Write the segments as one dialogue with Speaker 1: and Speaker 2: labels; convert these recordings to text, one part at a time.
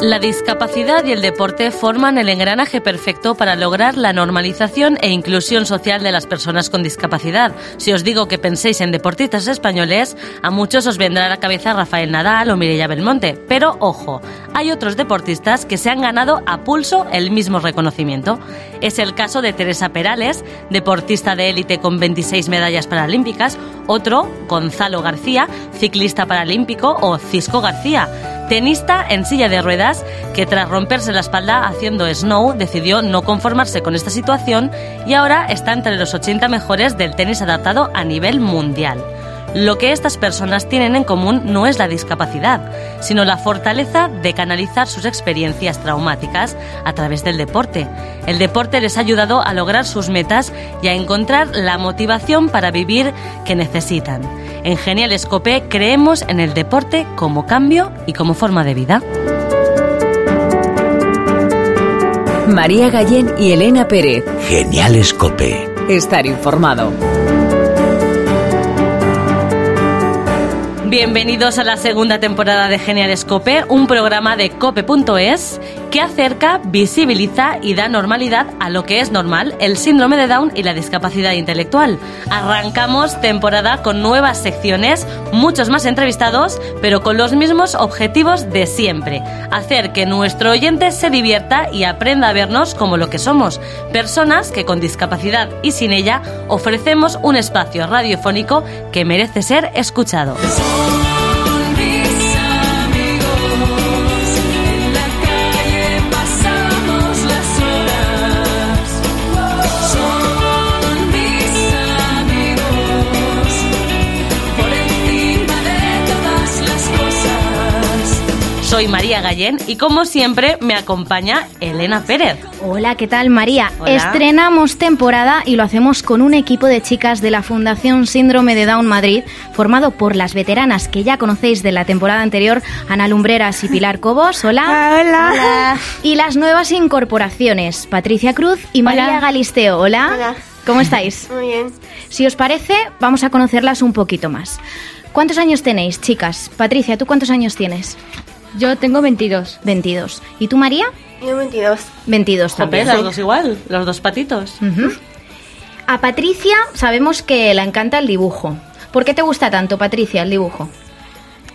Speaker 1: La discapacidad y el deporte forman el engranaje perfecto para lograr la normalización e inclusión social de las personas con discapacidad. Si os digo que penséis en deportistas españoles, a muchos os vendrá a la cabeza Rafael Nadal o Mireia Belmonte. Pero ojo, hay otros deportistas que se han ganado a pulso el mismo reconocimiento. Es el caso de Teresa Perales, deportista de élite con 26 medallas paralímpicas, otro, Gonzalo García, ciclista paralímpico o Cisco García tenista en silla de ruedas que tras romperse la espalda haciendo snow decidió no conformarse con esta situación y ahora está entre los 80 mejores del tenis adaptado a nivel mundial. Lo que estas personas tienen en común no es la discapacidad, sino la fortaleza de canalizar sus experiencias traumáticas a través del deporte. El deporte les ha ayudado a lograr sus metas y a encontrar la motivación para vivir que necesitan. En Genial Escope creemos en el deporte como cambio y como forma de vida.
Speaker 2: María Gallén y Elena Pérez.
Speaker 3: Genial Escope.
Speaker 2: Estar informado.
Speaker 1: Bienvenidos a la segunda temporada de Genial Escope, un programa de cope.es que acerca, visibiliza y da normalidad a lo que es normal, el síndrome de Down y la discapacidad intelectual. Arrancamos temporada con nuevas secciones, muchos más entrevistados, pero con los mismos objetivos de siempre, hacer que nuestro oyente se divierta y aprenda a vernos como lo que somos, personas que con discapacidad y sin ella ofrecemos un espacio radiofónico que merece ser escuchado. Soy María Gallén y como siempre me acompaña Elena Pérez.
Speaker 4: Hola, ¿qué tal María?
Speaker 1: Hola.
Speaker 4: Estrenamos temporada y lo hacemos con un equipo de chicas de la Fundación Síndrome de Down Madrid, formado por las veteranas que ya conocéis de la temporada anterior, Ana Lumbreras y Pilar Cobos. Hola.
Speaker 5: Hola.
Speaker 4: Y las nuevas incorporaciones, Patricia Cruz y María Galisteo. Hola.
Speaker 5: Hola.
Speaker 4: ¿Cómo estáis?
Speaker 5: Muy bien.
Speaker 4: Si os parece, vamos a conocerlas un poquito más. ¿Cuántos años tenéis, chicas? Patricia, ¿tú cuántos años tienes?
Speaker 6: Yo tengo 22.
Speaker 4: 22. ¿Y tú, María?
Speaker 5: Yo 22.
Speaker 4: 22
Speaker 1: Jope,
Speaker 4: también.
Speaker 1: los dos igual, los dos patitos.
Speaker 4: Ujú. A Patricia sabemos que le encanta el dibujo. ¿Por qué te gusta tanto, Patricia, el dibujo?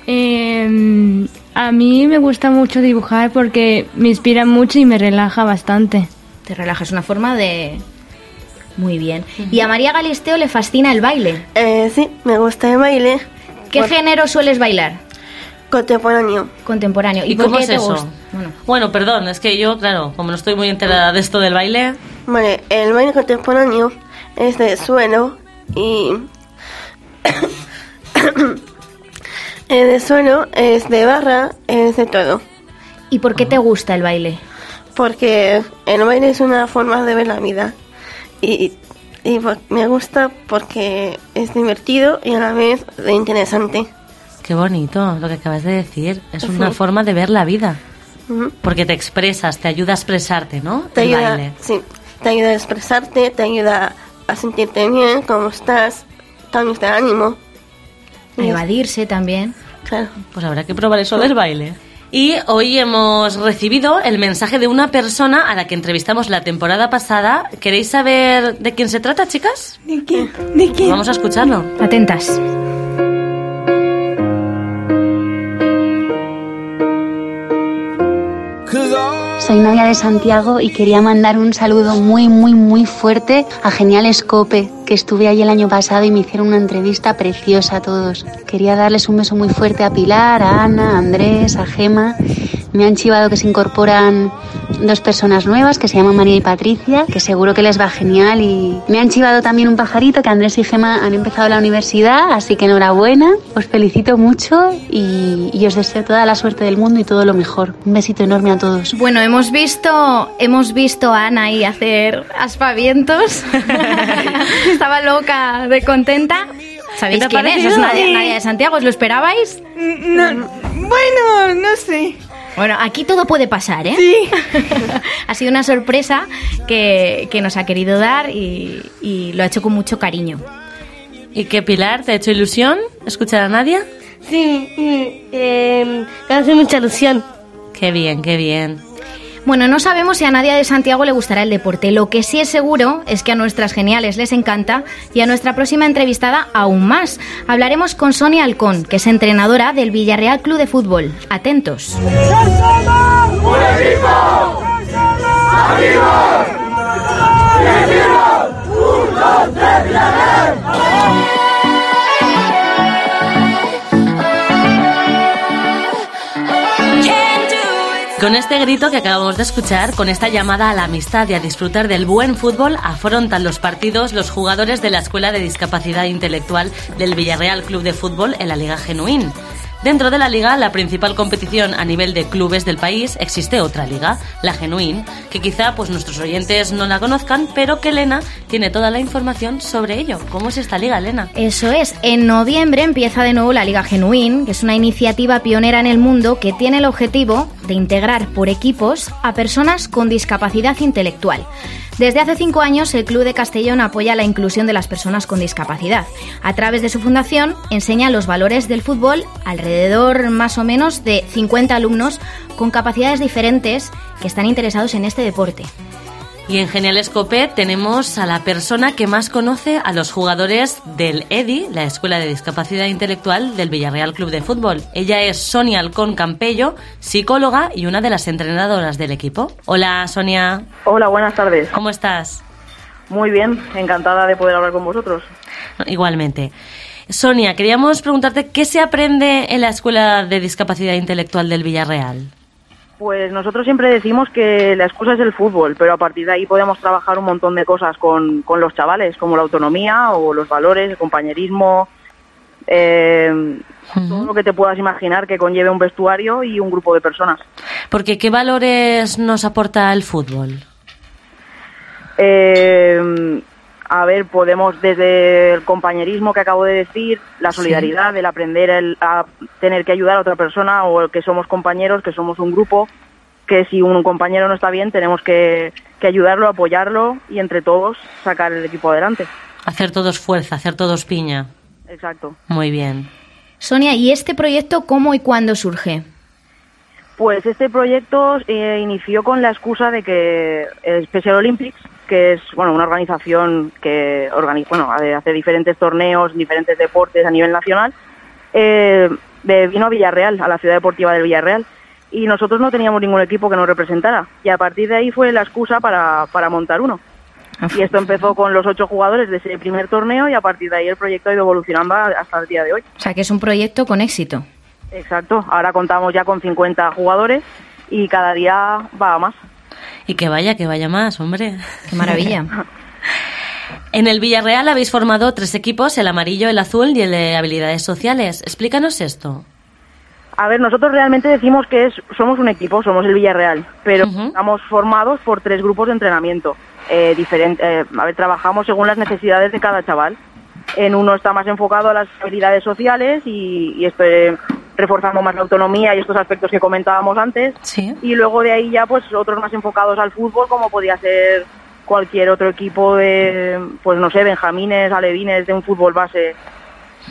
Speaker 6: Eh, a mí me gusta mucho dibujar porque me inspira mucho y me relaja bastante.
Speaker 4: Te relajas, una forma de... Muy bien. Y a María Galisteo le fascina el baile.
Speaker 5: Eh, sí, me gusta el baile
Speaker 4: ¿Qué género sueles bailar?
Speaker 5: contemporáneo.
Speaker 4: Contemporáneo.
Speaker 1: ¿Y,
Speaker 4: por
Speaker 1: cómo
Speaker 4: qué
Speaker 1: es
Speaker 4: te
Speaker 1: eso?
Speaker 4: gusta?
Speaker 1: Bueno.
Speaker 4: Bueno,
Speaker 1: perdón, es que yo, claro, como no estoy muy enterada de esto del baile,
Speaker 5: Vale, el baile contemporáneo es de suelo y... es eh, de suelo, es de barra, es de todo.
Speaker 4: ¿y por qué te gusta el baile?
Speaker 5: Porque el baile es una forma de ver la vida. Y, y por- me gusta porque es divertido y a la vez interesante.
Speaker 1: qué bonito lo que acabas de decir. Es una forma de ver la vida.
Speaker 5: Ujú.
Speaker 1: Porque te expresas, te ayuda a expresarte, ¿no?
Speaker 5: Te
Speaker 1: El
Speaker 5: ayuda,
Speaker 1: baile.
Speaker 5: sí, te ayuda a expresarte, te ayuda a sentirte bien, cómo estás, cambios de ánimo.
Speaker 4: A
Speaker 5: Y es-
Speaker 4: evadirse también.
Speaker 5: Claro.
Speaker 1: Pues habrá que probar eso del baile. Y hoy hemos recibido el mensaje de una persona a la que entrevistamos la temporada pasada. ¿Queréis saber de quién se trata, chicas?
Speaker 5: ¿De qué?
Speaker 1: Pues vamos a escucharlo.
Speaker 4: Atentas.
Speaker 7: Soy Nadia de Santiago y quería mandar un saludo muy, muy, muy fuerte a Genial Escope, que estuve ahí el año pasado y me hicieron una entrevista preciosa a todos. Quería darles un beso muy fuerte a Pilar, a Ana, a Andrés, a Gema. Me han chivado que se incorporan dos personas nuevas que se llaman María y Patricia, que seguro que les va genial. Y me han chivado también un pajarito que Andrés y Gema han empezado la universidad, así que enhorabuena. Os felicito mucho y, y os deseo toda la suerte del mundo y todo lo mejor. Un besito enorme a todos.
Speaker 4: Pues Bueno, hemos visto, hemos visto a Ana ahí hacer aspavientos. Estaba loca de contenta. ¿Sabéis
Speaker 1: ¿Qué te ha
Speaker 4: quién es?
Speaker 1: parecido?
Speaker 4: Es Nadia,
Speaker 1: Sí.
Speaker 4: Nadia de Santiago, ¿os lo esperabais?
Speaker 8: Bueno, no sé.
Speaker 4: Bueno, aquí todo puede pasar, ¿eh?
Speaker 8: Sí.
Speaker 4: ha sido una sorpresa que, que nos ha querido dar y, y lo ha hecho con mucho cariño.
Speaker 1: ¿Y qué, Pilar? ¿Te ha hecho ilusión escuchar a Nadia?
Speaker 9: Sí, mm, eh, me hace mucha ilusión.
Speaker 1: Qué bien, qué bien.
Speaker 4: Bueno, no sabemos si a Nadia de Santiago le gustará el deporte. Lo que sí es seguro es que a nuestras geniales les encanta y a nuestra próxima entrevistada aún más. Hablaremos con Sonia Alcón, que es entrenadora del Villarreal Club de Fútbol. Atentos.
Speaker 1: Con este grito que acabamos de escuchar, con esta llamada a la amistad y a disfrutar del buen fútbol, afrontan los partidos los jugadores de la Escuela de Discapacidad Intelectual del Villarreal Club de Fútbol en la Liga Genuín. Dentro de la liga, la principal competición a nivel de clubes del país, existe otra liga, la Genuín, que quizá pues nuestros oyentes no la conozcan, pero que Elena tiene toda la información sobre ello. ¿Cómo es esta liga, Elena?
Speaker 4: Eso es, en noviembre empieza de nuevo la Liga Genuín, que es una iniciativa pionera en el mundo que tiene el objetivo de integrar por equipos a personas con discapacidad intelectual. Desde hace cinco años, el Club de Castellón apoya la inclusión de las personas con discapacidad. A través de su fundación, enseña los valores del fútbol alrededor más o menos de 50 alumnos con capacidades diferentes que están interesados en este deporte.
Speaker 1: Y en Genial Escopé tenemos a la persona que más conoce a los jugadores del EDI, la Escuela de Discapacidad Intelectual del Villarreal Club de Fútbol. Ella es Sonia Alcón Campello, psicóloga y una de las entrenadoras del equipo. Hola Sonia,
Speaker 3: Hola, buenas tardes.
Speaker 1: ¿cómo estás?
Speaker 3: Muy bien, encantada de poder hablar con vosotros.
Speaker 1: Igualmente. Sonia, queríamos preguntarte qué se aprende en la Escuela de Discapacidad Intelectual del Villarreal.
Speaker 3: Pues nosotros siempre decimos que la excusa es el fútbol, pero a partir de ahí podemos trabajar un montón de cosas con, con los chavales, como la autonomía o los valores, el compañerismo, eh, todo lo que te puedas imaginar que conlleve un vestuario y un grupo de personas.
Speaker 1: Porque ¿qué valores nos aporta el fútbol?
Speaker 3: Eh, a ver, podemos desde el compañerismo que acabo de decir, la solidaridad, el aprender el- a tener que ayudar a otra persona o el que somos compañeros, que somos un grupo, que si un compañero no está bien tenemos que, que ayudarlo, apoyarlo y entre todos sacar el equipo adelante.
Speaker 1: Hacer todos fuerza, hacer todos piña.
Speaker 3: Exacto.
Speaker 1: Muy bien.
Speaker 4: Sonia, ¿y este proyecto cómo y cuándo surge?
Speaker 3: Pues este proyecto eh, inició con la excusa de que el Special Olympics, que es bueno una organización que organi- bueno, eh, hace diferentes torneos, diferentes deportes a nivel nacional, eh, de- vino a Villarreal, a la ciudad deportiva del Villarreal, y nosotros no teníamos ningún equipo que nos representara. Y a partir de ahí fue la excusa para, para montar uno. Y esto empezó con los ocho jugadores de ese primer torneo y a partir de ahí el proyecto ha ido evolucionando hasta el día de hoy.
Speaker 4: O sea, que es un proyecto con éxito.
Speaker 3: Exacto, ahora contamos ya con 50 jugadores y cada día va a más.
Speaker 1: Y que vaya, que vaya más, hombre.
Speaker 4: Qué maravilla.
Speaker 1: En el Villarreal habéis formado tres equipos, el amarillo, el azul y el de habilidades sociales. Explícanos esto.
Speaker 3: A ver, nosotros realmente decimos que es, somos un equipo, somos el Villarreal, pero
Speaker 1: Ujú.
Speaker 3: estamos formados por tres grupos de entrenamiento. Eh, diferente, eh, a ver, trabajamos según las necesidades de cada chaval. En uno está más enfocado a las habilidades sociales y, y esto eh, reforzando más la autonomía y estos aspectos que comentábamos antes.
Speaker 1: Sí.
Speaker 3: y luego de ahí ya pues otros más enfocados al fútbol como podía ser cualquier otro equipo de pues no sé benjamines alevines de un fútbol base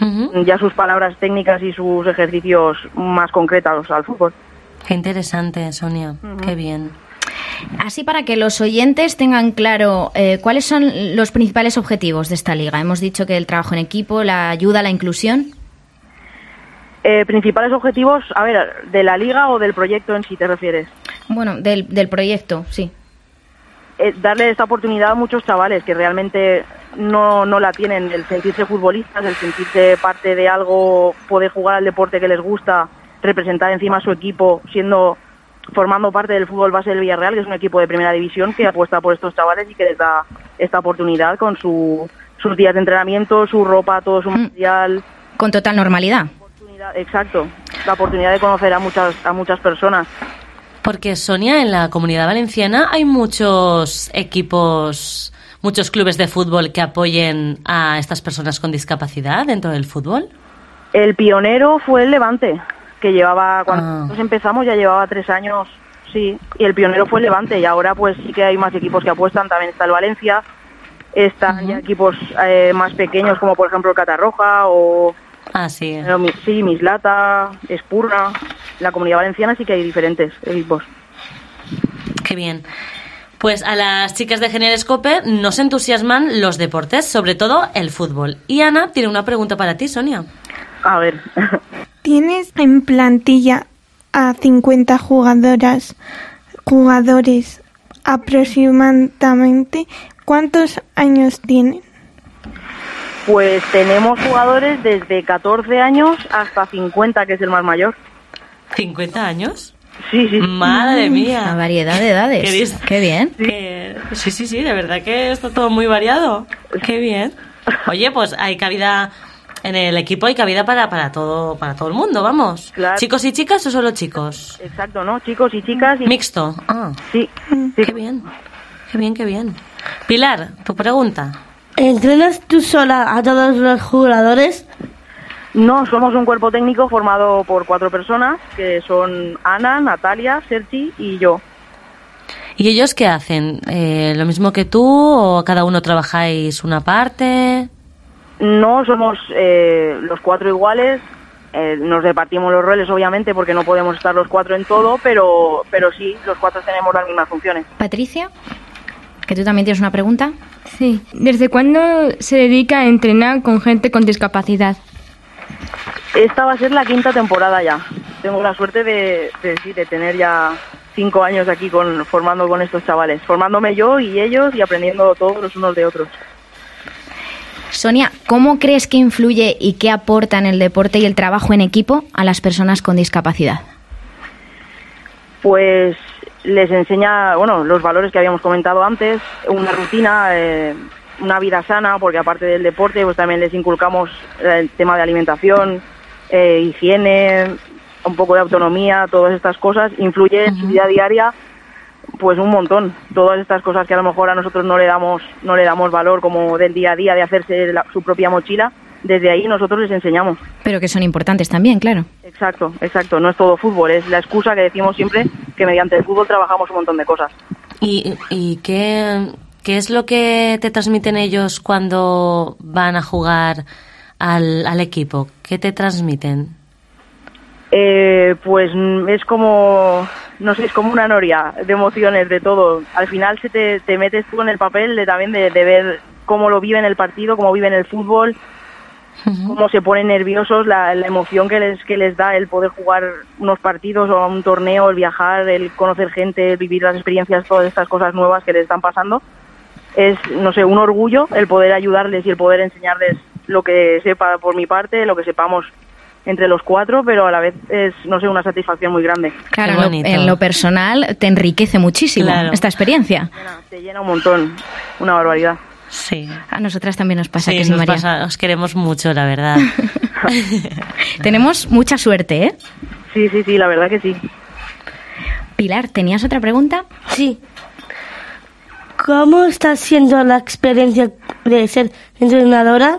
Speaker 3: Mm, ya sus palabras técnicas y sus ejercicios más concretos al fútbol
Speaker 1: Qué interesante, Sonia. Qué bien.
Speaker 4: Así para que los oyentes tengan claro eh, cuáles son los principales objetivos de esta liga. Hemos dicho que el trabajo en equipo, la ayuda, la inclusión.
Speaker 3: Eh, principales objetivos a ver de la liga o del proyecto en si te refieres
Speaker 4: Bueno, del, del proyecto, sí.
Speaker 3: eh, darle esta oportunidad a muchos chavales que realmente no, no la tienen, el sentirse futbolistas, el sentirse parte de algo, poder jugar al deporte que les gusta, representar encima a su equipo, siendo formando parte del fútbol base del Villarreal, que es un equipo de primera división que apuesta por estos chavales y que les da esta oportunidad con su- sus días de entrenamiento, su ropa, todo su material.
Speaker 4: Con total normalidad.
Speaker 3: oportunidad- Exacto, la oportunidad de conocer a muchas, a muchas personas.
Speaker 1: Porque, Sonia, en la comunidad valenciana hay muchos equipos, muchos clubes de fútbol que apoyen a estas personas con discapacidad dentro del fútbol.
Speaker 3: El pionero fue el Levante, que llevaba, cuando
Speaker 1: Ah.
Speaker 3: nosotros empezamos ya llevaba tres años, sí, y el pionero fue el Levante, y ahora pues sí que hay más equipos que apuestan, también está el Valencia, están ya equipos eh, más pequeños como por ejemplo el Catarroja o
Speaker 1: Ah, sí.
Speaker 3: eh, mi- sí, Mislata, Espurna, la comunidad valenciana sí que hay diferentes equipos.
Speaker 1: Qué bien. Pues a las chicas de Generescope nos entusiasman los deportes, sobre todo el fútbol. Y Ana tiene una pregunta para ti, Sonia.
Speaker 3: A ver,
Speaker 8: Tienes en plantilla a 50 jugadoras, jugadores aproximadamente. ¿Cuántos años tienen?
Speaker 3: pues tenemos jugadores desde 14 años hasta 50, que es el más mayor.
Speaker 1: ¿50 años?
Speaker 3: Sí, sí.
Speaker 1: Madre
Speaker 4: Una
Speaker 1: mía.
Speaker 4: variedad de
Speaker 1: Ah. Qué
Speaker 4: edades.
Speaker 1: bien.
Speaker 4: Qué bien.
Speaker 1: Eh, sí, sí, sí, de verdad que está todo muy variado. Qué bien. Oye, pues hay cabida en el equipo, hay cabida para, para, todo, para todo el mundo, vamos.
Speaker 3: Claro.
Speaker 1: ¿Chicos y chicas o solo chicos?
Speaker 3: Exacto, ¿no? Chicos y chicas. Y...
Speaker 1: Mixto. Ah,
Speaker 3: Sí, sí.
Speaker 1: qué bien. Qué bien, qué bien. Pilar, tu pregunta.
Speaker 9: ¿Entrenas tú sola a todos los jugadores?
Speaker 3: No, somos un cuerpo técnico formado por cuatro personas, que son Ana, Natalia, Sergi y yo.
Speaker 1: ¿Y ellos qué hacen? Eh, ¿Lo mismo que tú o cada uno trabajáis una parte?
Speaker 3: No somos eh, los cuatro iguales, eh, nos repartimos los roles obviamente porque no podemos estar los cuatro en todo, pero, pero sí, los cuatro tenemos las mismas funciones.
Speaker 4: Patricia, que tú también tienes una pregunta.
Speaker 6: Sí. ¿Desde cuándo se dedica a entrenar con gente con discapacidad?
Speaker 3: Esta va a ser la quinta temporada ya. Tengo la suerte de, de, sí, de tener ya cinco años aquí con, formando con estos chavales, formándome yo y ellos y aprendiendo todos los unos de otros.
Speaker 4: Sonia, ¿cómo crees que influye y qué aportan el deporte y el trabajo en equipo a las personas con discapacidad?
Speaker 3: pues les enseña, bueno, los valores que habíamos comentado antes, una rutina, eh, una vida sana, porque aparte del deporte, pues también les inculcamos el tema de alimentación, eh, higiene, un poco de autonomía, todas estas cosas, influye en su vida diaria, pues un montón. Todas estas cosas que a lo mejor a nosotros no le damos, no le damos valor, como del día a día de hacerse la- su propia mochila, desde ahí nosotros les enseñamos.
Speaker 4: Pero que son importantes también, claro.
Speaker 3: Exacto, exacto. No es todo fútbol, es la excusa que decimos siempre que mediante el fútbol trabajamos un montón de cosas.
Speaker 1: ¿Y, y qué, qué es lo que te transmiten ellos cuando van a jugar al, al equipo? ¿Qué te transmiten?
Speaker 3: Eh, pues mm, es como, no sé, es como una noria de emociones, de todo. Al final se te, te metes tú en el papel de, también de, de ver cómo lo viven el partido, cómo viven el fútbol, cómo se ponen nerviosos, la, la emoción que les, que les da el poder jugar unos partidos o un torneo, el viajar, el conocer gente, el vivir las experiencias, todas estas cosas nuevas que les están pasando. Es, no sé, un orgullo el poder ayudarles y el poder enseñarles lo que sepa por mi parte, lo que sepamos entre los cuatro, pero a la vez es, no sé, una satisfacción muy grande.
Speaker 4: Claro,
Speaker 1: Qué
Speaker 4: en lo,
Speaker 1: bonito.
Speaker 4: en lo personal te enriquece muchísimo
Speaker 1: Claro.
Speaker 4: esta experiencia.
Speaker 3: Te llena- Te llena un montón, una barbaridad.
Speaker 1: Sí.
Speaker 4: A nosotras también nos pasa
Speaker 1: Sí,
Speaker 4: que sí,
Speaker 1: nos
Speaker 4: María.
Speaker 1: pasa- os queremos mucho, la verdad.
Speaker 4: Tenemos mucha suerte, ¿eh?
Speaker 3: Sí, sí, sí, la verdad que sí.
Speaker 4: Pilar, ¿tenías otra pregunta?
Speaker 9: Sí. ¿Cómo está siendo la experiencia de ser entrenadora?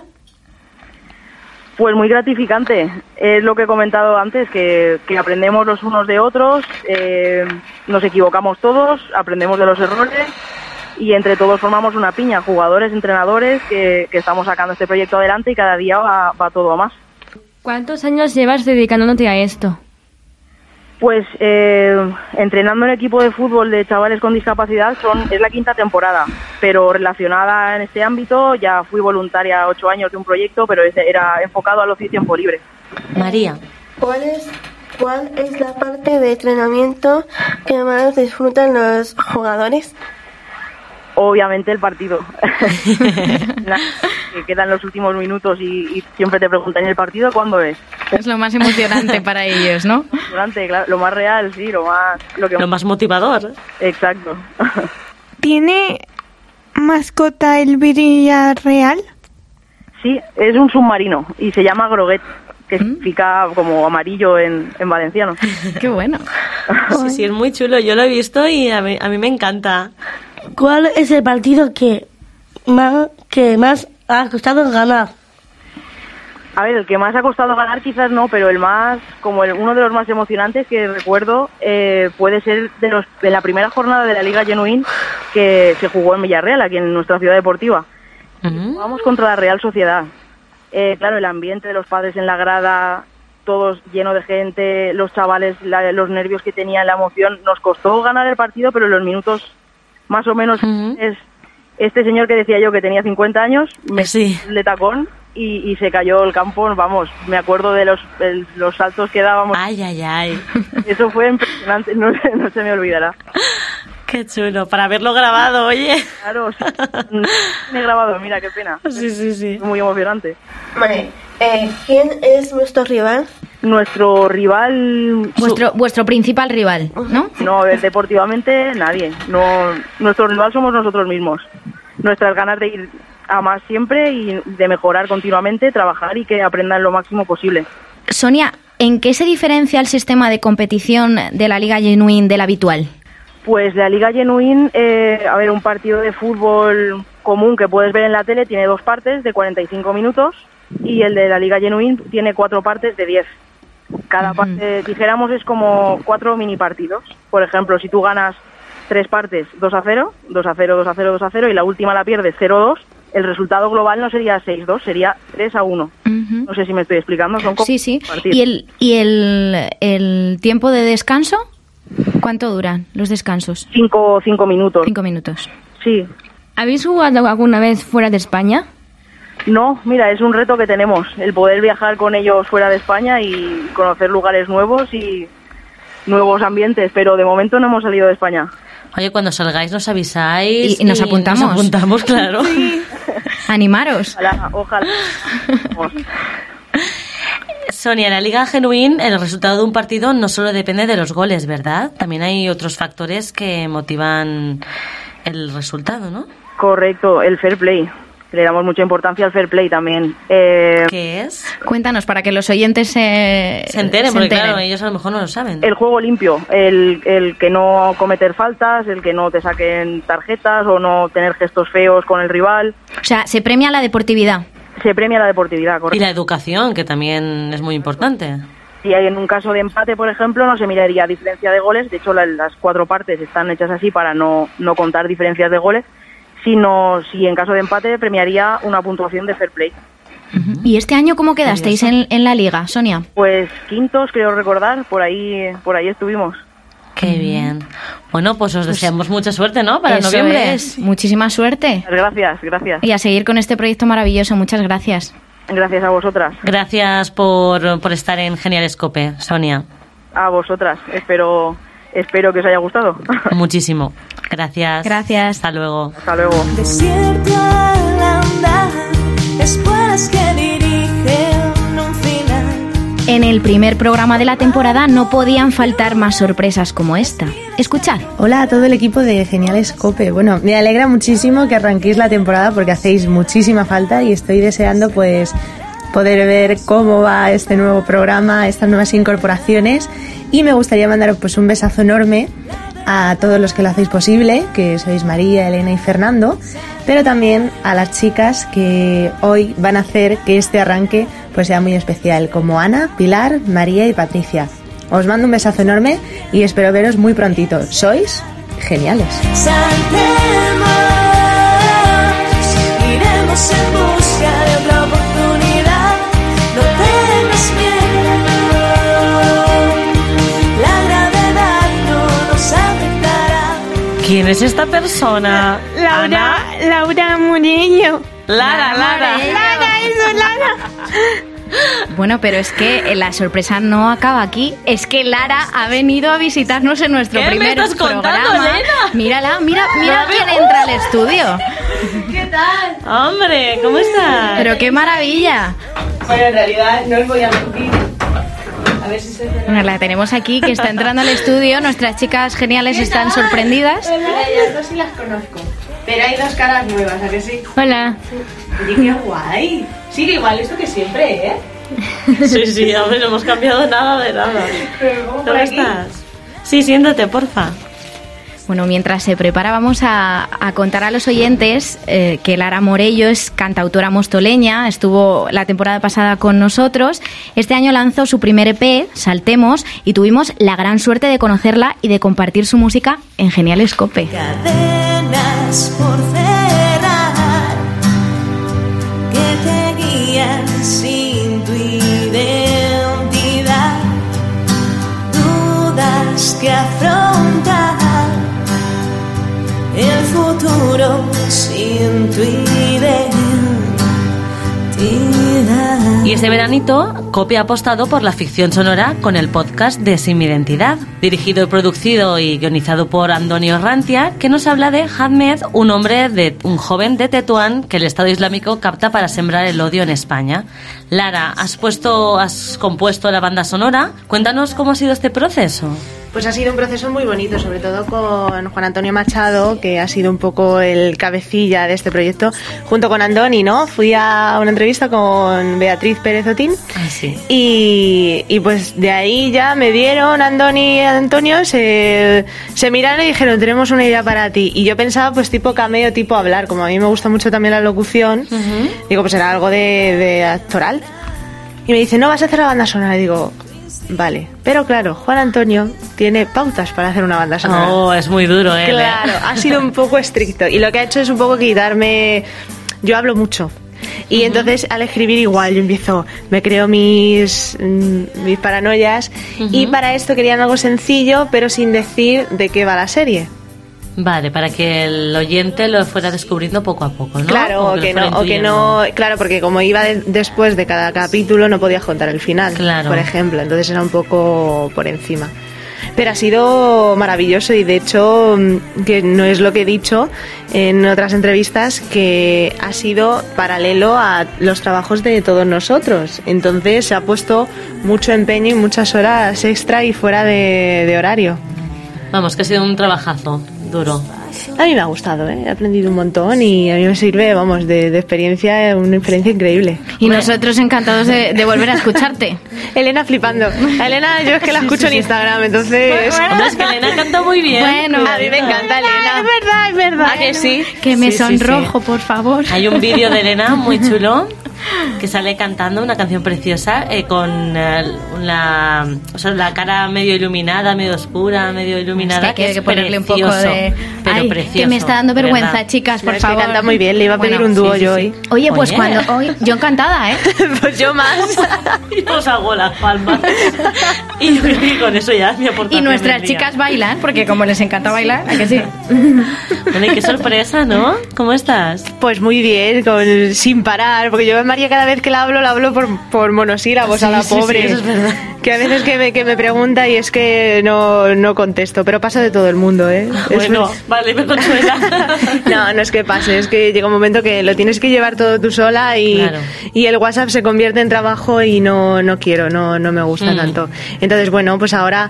Speaker 3: Pues muy gratificante. Es lo que he comentado antes, que, que aprendemos los unos de otros, eh, nos equivocamos todos, aprendemos de los errores y entre todos formamos una piña, jugadores, entrenadores, que, que estamos sacando este proyecto adelante y cada día va, va todo a más.
Speaker 6: ¿Cuántos años llevas dedicándote a esto?
Speaker 3: Pues eh, entrenando en equipo de fútbol de chavales con discapacidad son, es la quinta temporada, pero relacionada en este ámbito ya fui voluntaria ocho años de un proyecto, pero ese era enfocado al ocio y tiempo libre.
Speaker 1: María,
Speaker 5: ¿Cuál es, ¿Cuál es la parte de entrenamiento que más disfrutan los jugadores?
Speaker 3: Obviamente el partido. La- que quedan los últimos minutos y, y siempre te preguntan, ¿y el partido cuándo es?
Speaker 4: Es lo más emocionante para ellos, ¿no?
Speaker 3: Durante, claro, lo más real, sí, lo más... Lo que
Speaker 1: lo más motivador.
Speaker 3: Exacto.
Speaker 8: ¿Tiene mascota el Villarreal?
Speaker 3: sí, es un submarino y se llama groguet, que
Speaker 1: Mm.
Speaker 3: significa como amarillo en, en valenciano.
Speaker 4: Qué bueno.
Speaker 1: Sí, sí, es muy chulo. Yo lo he visto y a mí, a mí me encanta.
Speaker 9: ¿Cuál es el partido que más, que más ha costado ganar?
Speaker 3: A ver, el que más ha costado ganar quizás no, pero el más, como el, uno de los más emocionantes que recuerdo, eh, puede ser de, los, de la primera jornada de la Liga Genuín que se jugó en Villarreal, aquí en nuestra ciudad deportiva.
Speaker 1: Mm.
Speaker 3: Jugamos contra la Real Sociedad. Eh, claro, el ambiente de los padres en la grada, todos lleno de gente, los chavales, la- los nervios que tenían, la emoción. Nos costó ganar el partido, pero en los minutos más o menos es este señor que decía yo que tenía 50 años, me
Speaker 1: Sí.
Speaker 3: de tacón y, y se cayó el campo. Vamos, me acuerdo de los, el- los saltos que dábamos.
Speaker 1: Ay, ay, ay.
Speaker 3: Eso fue impresionante, no, se- no se me olvidará.
Speaker 1: Qué chulo, para haberlo grabado, oye.
Speaker 3: Claro, sí, no me he grabado, mira qué pena.
Speaker 1: Sí, sí, sí.
Speaker 3: Muy emocionante.
Speaker 10: Vale. eh, ¿Quién es nuestro rival?
Speaker 3: Nuestro rival,
Speaker 4: Vuestro, vuestro principal rival, ¿no?
Speaker 3: no, a ver, deportivamente nadie. No, nuestro rival somos nosotros mismos. Nuestras ganas de ir a más siempre y de mejorar continuamente, trabajar y que aprendan lo máximo posible.
Speaker 4: Sonia, ¿en qué se diferencia el sistema de competición de la Liga Genuine del habitual?
Speaker 3: Pues la Liga Genuine, eh, a ver, un partido de fútbol común que puedes ver en la tele tiene dos partes de 45 minutos y el de la Liga Genuine tiene cuatro partes de 10. Cada parte, dijéramos, es como cuatro mini partidos. Por ejemplo, si tú ganas tres partes 2 a 0, 2 a 0, 2 a 0, 2 a 0 y la última la pierdes 0 a 2, el resultado global no sería 6 2, sería 3 a 1. No sé si me estoy explicando, son como
Speaker 4: Sí, sí.
Speaker 3: partidos.
Speaker 4: ¿Y, el, y el, el tiempo de descanso? ¿Cuánto duran los descansos?
Speaker 3: Cinco, cinco minutos.
Speaker 4: Cinco minutos.
Speaker 3: Sí,
Speaker 11: ¿Habéis jugado alguna vez fuera de España?
Speaker 3: No, mira, es un reto que tenemos, el poder viajar con ellos fuera de España y conocer lugares nuevos y nuevos ambientes, pero de momento no hemos salido de España.
Speaker 1: Oye, cuando salgáis nos avisáis.
Speaker 4: Y- y nos apuntamos.
Speaker 1: Nos apuntamos, claro.
Speaker 4: Animaros.
Speaker 3: Ojalá, ojalá. Vamos.
Speaker 1: Sonia, en la Liga Genuín el resultado de un partido no solo depende de los goles, ¿verdad? También hay otros factores que motivan el resultado, ¿no?
Speaker 3: Correcto, el fair play. Le damos mucha importancia al fair play también. Eh,
Speaker 1: ¿Qué es?
Speaker 4: Cuéntanos para que los oyentes se,
Speaker 1: Se enteren,
Speaker 4: Eh, se
Speaker 1: porque
Speaker 4: enteren.
Speaker 1: claro, ellos a lo mejor no lo saben.
Speaker 3: el juego limpio, el, el que no cometer faltas, el que no te saquen tarjetas o no tener gestos feos con el rival.
Speaker 4: O sea, se premia la deportividad.
Speaker 3: Se premia la deportividad, correcto.
Speaker 1: Y la educación, que también es muy importante.
Speaker 3: Si hay en un caso de empate, por ejemplo, no se miraría diferencia de goles. De hecho, la- las cuatro partes están hechas así para no, no contar diferencias de goles. Sino si en caso de empate premiaría una puntuación de fair play.
Speaker 4: ¿Y este año cómo quedasteis en, en la liga, Sonia?
Speaker 3: Pues quintos, creo recordar, por ahí, por ahí estuvimos.
Speaker 1: Qué bien. Bueno, pues os deseamos mucha suerte, ¿no? Para
Speaker 4: Eso
Speaker 1: noviembre.
Speaker 4: es. Muchísima suerte.
Speaker 3: Gracias, gracias.
Speaker 4: Y a seguir con este proyecto maravilloso. Muchas gracias.
Speaker 3: Gracias a vosotras,
Speaker 1: Gracias por, por estar en Genial Escope, Sonia.
Speaker 3: a vosotras. Espero, espero que os haya gustado.
Speaker 1: Muchísimo. Gracias.
Speaker 4: Gracias.
Speaker 1: Hasta luego.
Speaker 3: Hasta luego.
Speaker 5: Desierto al andar, escuelas que dirigen un final.
Speaker 4: En el primer programa de la temporada no podían faltar más sorpresas como esta. Escuchad.
Speaker 12: Hola a todo el equipo de Genial Escope. Bueno, me alegra muchísimo que arranquéis la temporada porque hacéis muchísima falta y estoy deseando pues poder ver cómo va este nuevo programa, estas nuevas incorporaciones y me gustaría mandaros pues un besazo enorme a todos los que lo hacéis posible, que sois María, Elena y Fernando, pero también a las chicas que hoy van a hacer que este arranque pues sea muy especial, como Ana, Pilar, María y Patricia. Os mando un besazo enorme y espero veros muy prontito. Sois geniales.
Speaker 5: Saltemos, iremos en busca de otra oportunidad. No tengas miedo, la gravedad no nos afectará.
Speaker 1: ¿Quién es esta persona?
Speaker 13: Laura,
Speaker 1: Ana.
Speaker 13: Laura Murillo.
Speaker 1: Lara, Lara.
Speaker 13: Lara, eso, Lara.
Speaker 4: Bueno, pero es que la sorpresa no acaba aquí. Es que Lara ha venido a visitarnos en nuestro
Speaker 1: ¿Qué me
Speaker 4: primer
Speaker 1: estás contando,
Speaker 4: programa.
Speaker 1: Elena?
Speaker 4: Mírala, mira, mira
Speaker 1: No,
Speaker 4: quién
Speaker 1: no.
Speaker 4: entra al estudio.
Speaker 1: Hombre, ¿cómo estás?
Speaker 4: Pero qué maravilla.
Speaker 12: Bueno, en realidad no os voy a mentir. A ver si se
Speaker 4: Bueno, la tenemos aquí que está entrando al estudio. Nuestras chicas geniales están sorprendidas.
Speaker 12: Las dos sí las conozco. Pero hay dos caras nuevas, ¿a que sí?
Speaker 11: Hola.
Speaker 12: Oye, qué guay. Sigue igual esto que siempre, ¿eh?
Speaker 1: Sí, sí, hombre, no hemos cambiado nada de nada.
Speaker 12: Pero ¿cómo
Speaker 1: ¿Dónde estás? Sí, siéntate, porfa.
Speaker 4: Bueno, mientras se prepara, vamos a, a contar a los oyentes eh, que Lara Morello es cantautora mostoleña, estuvo la temporada pasada con nosotros. Este año lanzó su primer EP, Saltemos, y tuvimos la gran suerte de conocerla y de compartir su música en Genial Escope.
Speaker 5: Cadenas por cerrar que te guían sin tu identidad.
Speaker 14: que afrontar el futuro sin tu identidad.
Speaker 1: Y este veranito, Cope ha apostado por la ficción sonora con el podcast de Sin Identidad, dirigido y producido y guionizado por Antonio Rantia, que nos habla de Ahmed, un hombre de un joven de Tetuán que el Estado Islámico capta para sembrar el odio en España. Lara, has puesto, has compuesto la banda sonora. Cuéntanos cómo ha sido este proceso.
Speaker 12: Pues ha sido un proceso muy bonito, sobre todo con Juan Antonio Machado, que ha sido un poco el cabecilla de este proyecto, junto con Andoni, ¿no? Fui a una entrevista con Beatriz Pérez Otín y, y pues de ahí ya me dieron Andoni y Antonio, se, se miraron y dijeron, tenemos una idea para ti. Y yo pensaba pues tipo cameo, tipo hablar, como a mí me gusta mucho también la locución, digo pues era algo de, de actoral. Y me dice, no, vas a hacer la banda sonora. Y digo, Vale, pero claro, Juan Antonio tiene pautas para hacer una banda sonora.
Speaker 1: Oh, es muy duro, ¿eh?
Speaker 12: Claro, ha sido un poco estricto. Y lo que ha hecho es un poco quitarme. Yo hablo mucho. Y entonces al escribir igual yo empiezo, me creo mis, mm, mis paranoias y para esto querían algo sencillo pero sin decir de qué va la serie.
Speaker 1: Vale, para que el oyente lo fuera descubriendo poco a poco, ¿no?
Speaker 12: Claro, o
Speaker 1: lo
Speaker 12: que,
Speaker 1: fuera
Speaker 12: no, o que
Speaker 1: intuyendo.
Speaker 12: no, claro, porque como iba de- después de cada capítulo no podías contar el final,
Speaker 1: Claro.
Speaker 12: por ejemplo, entonces era un poco por encima. Pero ha sido maravilloso y de hecho, mm, que no es lo que he dicho en otras entrevistas, que ha sido paralelo a los trabajos de todos nosotros. Entonces se ha puesto mucho empeño y muchas horas extra y fuera de, de horario.
Speaker 1: Vamos, que ha sido un trabajazo duro.
Speaker 12: A mí me ha gustado, ¿eh? he aprendido un montón y a mí me sirve, vamos, de, de experiencia, eh, una experiencia increíble.
Speaker 4: Y nosotros encantados de, de volver a escucharte.
Speaker 12: Elena flipando. A Elena yo es que la escucho en Instagram, entonces...
Speaker 1: Hombre, es que Elena canta muy bien.
Speaker 12: Bueno, a mí me encanta Elena.
Speaker 9: Es verdad, es verdad.
Speaker 12: ¿A que sí?
Speaker 4: Que me
Speaker 1: Sí, sí,
Speaker 4: sonrojo, por favor.
Speaker 1: Hay un vídeo de Elena muy chulo que sale cantando una canción preciosa eh, con eh, la, o sea, la cara medio iluminada, medio oscura, medio iluminada.
Speaker 4: Es que hay que
Speaker 1: es
Speaker 4: ponerle un poco
Speaker 1: precioso,
Speaker 4: de-
Speaker 1: Pero
Speaker 4: Ay,
Speaker 1: precioso,
Speaker 4: que me está dando
Speaker 1: de
Speaker 4: vergüenza,
Speaker 1: verdad.
Speaker 4: chicas, por
Speaker 12: Es que
Speaker 4: favor.
Speaker 12: canta muy bien, le iba a pedir un dúo yo hoy.
Speaker 4: Oye, pues cuando hoy yo encantada, ¿eh?
Speaker 12: pues yo más.
Speaker 1: yo os hago las palmas. Y yo creo que con eso ya es mi
Speaker 4: Y
Speaker 1: aportación
Speaker 4: nuestras
Speaker 1: del día.
Speaker 4: chicas bailan, porque como les encanta bailar, ¿a que sí?
Speaker 1: Bueno, y qué sorpresa, ¿no? ¿Cómo estás?
Speaker 12: Pues muy bien, con, sin parar, porque yo a María cada vez que la hablo, la hablo por, por monosílabos a
Speaker 1: Sí,
Speaker 12: la
Speaker 1: sí,
Speaker 12: pobre.
Speaker 1: sí, eso es verdad.
Speaker 12: Que a veces que me, que me pregunta y es que no, no contesto, pero pasa de todo el mundo, ¿eh? Es-
Speaker 1: Bueno, vale, me consuela.
Speaker 12: No, no es que pase, es que llega un momento que lo tienes que llevar todo tú sola y,
Speaker 1: Claro.
Speaker 12: y el WhatsApp se convierte en trabajo y no, no quiero, no, no me
Speaker 1: Mm.
Speaker 12: gusta tanto. Entonces, bueno, pues ahora,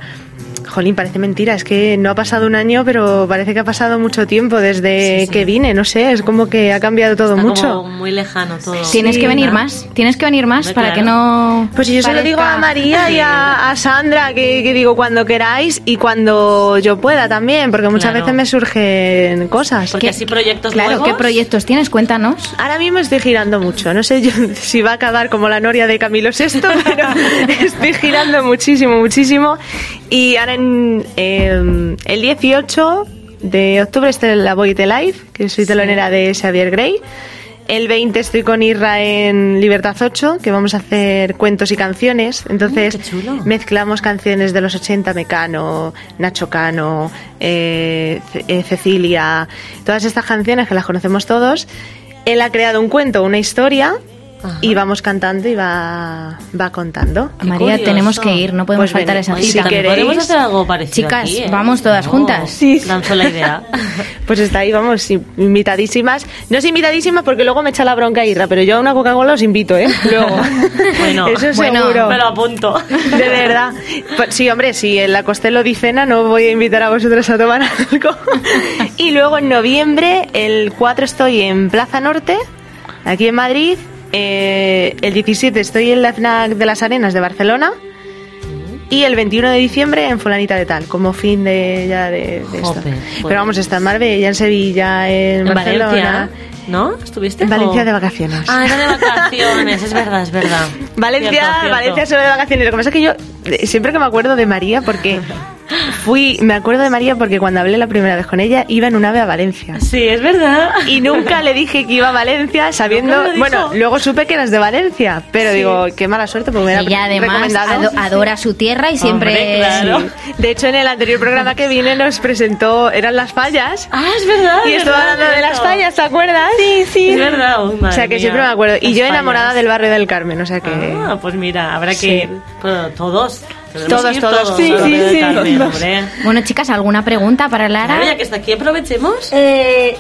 Speaker 12: jolín, parece mentira, es que no ha pasado un año, pero parece que ha pasado mucho tiempo desde que vine, no sé, es como que ha cambiado todo
Speaker 1: Está
Speaker 12: mucho.
Speaker 1: como muy lejano todo.
Speaker 4: Tienes que venir
Speaker 1: ¿no?
Speaker 4: más, tienes que venir más
Speaker 1: Hombre,
Speaker 4: para
Speaker 1: claro.
Speaker 4: que no.
Speaker 12: Pues yo se lo digo a
Speaker 4: parezca-
Speaker 12: María y a, a Sandra, que, que digo cuando queráis y cuando yo pueda también, porque muchas
Speaker 1: Claro.
Speaker 12: veces me surgen cosas.
Speaker 1: Porque así proyectos
Speaker 4: Claro,
Speaker 1: nuevos.
Speaker 4: ¿qué proyectos tienes? Cuéntanos.
Speaker 12: Ahora mismo estoy girando mucho. No sé yo si va a acabar como la noria de Camilo VI, pero estoy girando muchísimo, muchísimo. Y ahora en, eh, el 18 de octubre está la Void Live, que soy telonera de Xavier Grey. El 20 estoy con Irra en Libertad 8, que vamos a hacer cuentos y canciones. Entonces
Speaker 1: Mm, qué chulo.
Speaker 12: mezclamos canciones de los 80, Mecano, Nacho Cano, eh, Ce- eh, Cecilia, todas estas canciones que las conocemos todos. Él ha creado un cuento, una historia, y vamos cantando y va, va contando.
Speaker 1: Qué
Speaker 4: María,
Speaker 1: curioso.
Speaker 4: tenemos que ir, no podemos
Speaker 12: Pues
Speaker 4: faltar
Speaker 12: ven,
Speaker 4: esa
Speaker 1: Oye,
Speaker 12: si
Speaker 4: cita.
Speaker 1: también
Speaker 12: queréis-
Speaker 1: podemos hacer algo parecido
Speaker 4: Chicas,
Speaker 1: aquí, ¿eh?
Speaker 4: vamos todas juntas.
Speaker 1: Sí. Lanzo la idea.
Speaker 12: Pues está ahí, vamos, invitadísimas. No es invitadísimas porque luego me echa la bronca Irra, pero yo a una Coca-Cola os invito, ¿eh? Luego.
Speaker 1: Bueno,
Speaker 12: Eso
Speaker 4: Bueno,
Speaker 12: seguro.
Speaker 1: me lo apunto.
Speaker 12: De verdad. Pues Sí, hombre, si en la Costello Dicena no voy a invitar a vosotros a tomar algo. Y luego en noviembre, el 4 estoy en Plaza Norte, aquí en Madrid. Eh, el 17 estoy en la FNAC de las Arenas de Barcelona. Y el 21 de diciembre en Fulanita de Tal, como fin de ya de, de esto.
Speaker 1: Jope, pues.
Speaker 12: Pero vamos, está en Marbella, en Sevilla, en,
Speaker 1: En
Speaker 12: Barcelona.
Speaker 1: Valencia, ¿no? ¿Estuviste?
Speaker 12: En Valencia
Speaker 1: o-
Speaker 12: de vacaciones.
Speaker 1: Ah, era de vacaciones, es verdad, es verdad.
Speaker 12: Valencia,
Speaker 1: Cierto, cierto.
Speaker 12: Valencia solo de vacaciones. Lo que pasa es que yo eh, siempre que me acuerdo de María, porque Fui, me acuerdo de María porque cuando hablé la primera vez con ella iba en un ave a Valencia.
Speaker 1: Sí, es verdad.
Speaker 12: Y nunca le dije que iba a Valencia sabiendo.
Speaker 1: Nunca me lo dijo.
Speaker 12: Bueno, luego supe que eras de Valencia, pero
Speaker 4: Sí.
Speaker 12: digo, qué mala suerte porque me hubiera
Speaker 4: Ella además
Speaker 12: recomendado.
Speaker 4: ado- adora su tierra y siempre...
Speaker 12: Sí. De hecho, en el anterior programa que vine nos presentó, eran las fallas.
Speaker 1: Ah, es verdad.
Speaker 12: Y
Speaker 1: es
Speaker 12: estuvo
Speaker 1: verdad,
Speaker 12: hablando de las
Speaker 1: cierto.
Speaker 12: fallas, ¿te acuerdas?
Speaker 1: Sí, sí. Es verdad, uy,
Speaker 12: o sea,
Speaker 1: madre
Speaker 12: que
Speaker 1: mía.
Speaker 12: siempre me acuerdo. Y
Speaker 1: Las
Speaker 12: yo enamorada
Speaker 1: fallas.
Speaker 12: del barrio del Carmen, o sea que...
Speaker 1: Ah, pues mira, habrá que
Speaker 12: Sí.
Speaker 1: ir. Pero todos. tenemos
Speaker 12: Todos,
Speaker 1: que ir
Speaker 12: todos.
Speaker 1: al
Speaker 12: Sí, sí,
Speaker 1: barrio de
Speaker 12: sí,
Speaker 1: Carmen,
Speaker 12: todos.
Speaker 1: hombre.
Speaker 4: Bueno, chicas, ¿alguna pregunta para Lara?
Speaker 1: Claro, ya que está aquí, aprovechemos.
Speaker 9: Eh,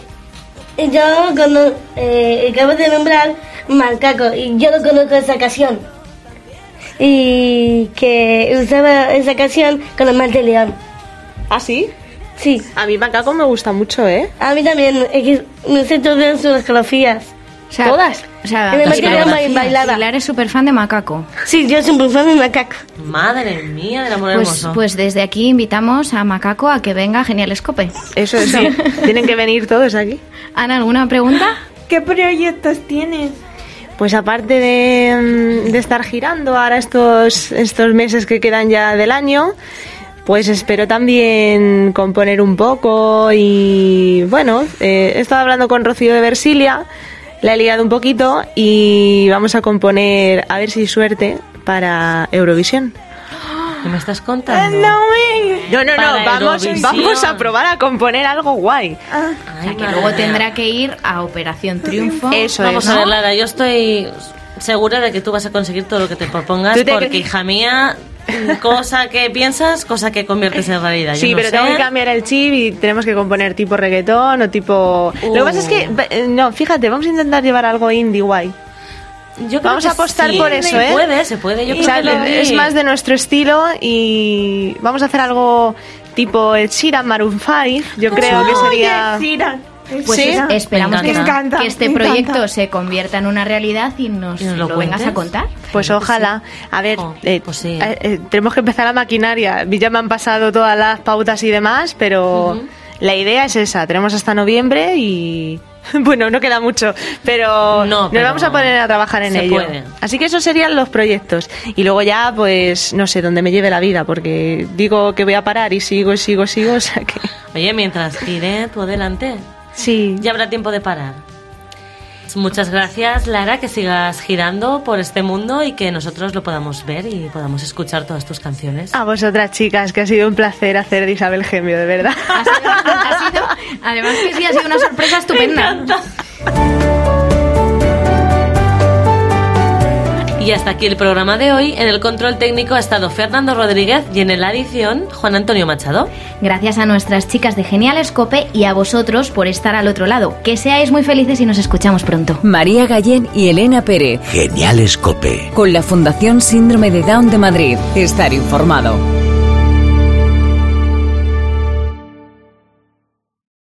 Speaker 9: yo cono- eh, acabo de nombrar Malcaco y yo no conozco esa canción. Y que usaba esa canción con el mal de león.
Speaker 12: ¿Ah, sí?
Speaker 9: Sí,
Speaker 12: A mí Macaco me gusta mucho, ¿eh?
Speaker 9: a mí también. Es que me sé todas sus coreografías.
Speaker 12: Todas.
Speaker 4: O sea, pues
Speaker 9: En el
Speaker 4: las
Speaker 9: Macaco bail-
Speaker 4: coreografías.
Speaker 9: bailaba.
Speaker 4: Pilar es súper fan de Macaco.
Speaker 9: Sí, yo soy muy fan de Macaco.
Speaker 1: Madre mía, del amor
Speaker 4: Pues,
Speaker 1: hermoso.
Speaker 4: pues desde aquí invitamos a Macaco a que venga a Genial Escope.
Speaker 12: Eso es.
Speaker 4: Sí.
Speaker 12: Tienen que venir todos aquí.
Speaker 4: Ana, ¿alguna pregunta?
Speaker 8: ¿Qué proyectos tienes?
Speaker 12: Pues aparte de, mm, de estar girando ahora estos, estos meses que quedan ya del año, pues espero también componer un poco y bueno, eh, he estado hablando con Rocío de Versilia, la he liado un poquito y vamos a componer, a ver si suerte, para Eurovisión.
Speaker 1: ¿Qué me
Speaker 12: pues,
Speaker 1: estás contando?
Speaker 12: No, no, no,
Speaker 1: Para
Speaker 12: vamos,
Speaker 1: Eurovisión.
Speaker 12: vamos a probar a componer algo guay.
Speaker 4: O sea, que luego tendrá que ir a Operación Triunfo.
Speaker 12: Eso
Speaker 1: Vamos
Speaker 12: es.
Speaker 1: a ver,
Speaker 12: ¿no?
Speaker 1: Lara, yo estoy segura de que tú vas a conseguir todo lo que te propongas
Speaker 12: ¿Tú te
Speaker 1: porque,
Speaker 12: crees?
Speaker 1: hija mía, cosa que piensas, cosa que conviertes en realidad. Yo
Speaker 12: Sí,
Speaker 1: no
Speaker 12: pero
Speaker 1: sé.
Speaker 12: tengo que cambiar el chip y tenemos que componer tipo reggaetón o tipo... Lo que pasa es que, eh, no, fíjate, vamos a intentar llevar algo indie guay.
Speaker 1: Uh. Yo creo
Speaker 12: Vamos
Speaker 1: que
Speaker 12: a apostar
Speaker 1: sí.
Speaker 12: por eso, ¿eh?
Speaker 1: Se puede, se puede. Yo
Speaker 12: O
Speaker 1: creo
Speaker 12: sea,
Speaker 1: que lo
Speaker 12: es
Speaker 1: vi.
Speaker 12: más de nuestro estilo y vamos a hacer algo tipo el Sheeran Maroon 5, yo creo que sería...
Speaker 8: Oye, Sira.
Speaker 4: Pues
Speaker 12: Sí.
Speaker 4: es- esperamos
Speaker 1: Me
Speaker 4: que,
Speaker 8: encanta.
Speaker 4: que este
Speaker 8: Me encanta.
Speaker 4: proyecto se convierta en una realidad y nos,
Speaker 1: nos
Speaker 4: lo,
Speaker 1: lo
Speaker 4: vengas
Speaker 1: cuentes.
Speaker 4: a contar.
Speaker 12: Pues ojalá. A ver,
Speaker 1: Jo,
Speaker 12: eh,
Speaker 1: pues sí.
Speaker 12: eh, eh, tenemos que empezar la maquinaria. Ya me han pasado todas las pautas y demás, pero la idea es esa. Tenemos hasta noviembre y... Bueno, no queda mucho, pero,
Speaker 1: No, pero
Speaker 12: nos vamos a poner a trabajar en
Speaker 1: se
Speaker 12: ello.
Speaker 1: puede.
Speaker 12: Así que esos serían los proyectos. Y luego ya, pues, no sé, donde me lleve la vida, porque digo que voy a parar y sigo y sigo y sigo, o sea que...
Speaker 1: Oye, mientras gire tú adelante,
Speaker 12: Sí.
Speaker 1: ya habrá tiempo de parar. Muchas gracias, Lara, que sigas girando por este mundo y que nosotros lo podamos ver y podamos escuchar todas tus canciones.
Speaker 12: A vosotras, chicas, que ha sido un placer hacer de Isabel Gemio, de verdad.
Speaker 4: Ha sido- ha sido- además que sí, ha sido una sorpresa estupenda.
Speaker 1: Y hasta aquí el programa de hoy. En el control técnico ha estado Fernando Rodríguez y en la edición Juan Antonio Machado.
Speaker 4: Gracias a nuestras chicas de Genial Escope y a vosotros por estar al otro lado. Que seáis muy felices y nos escuchamos pronto.
Speaker 2: María Gallén y Elena Pérez.
Speaker 15: Genial Escope.
Speaker 2: Con la Fundación Síndrome de Down de Madrid. Estar informado.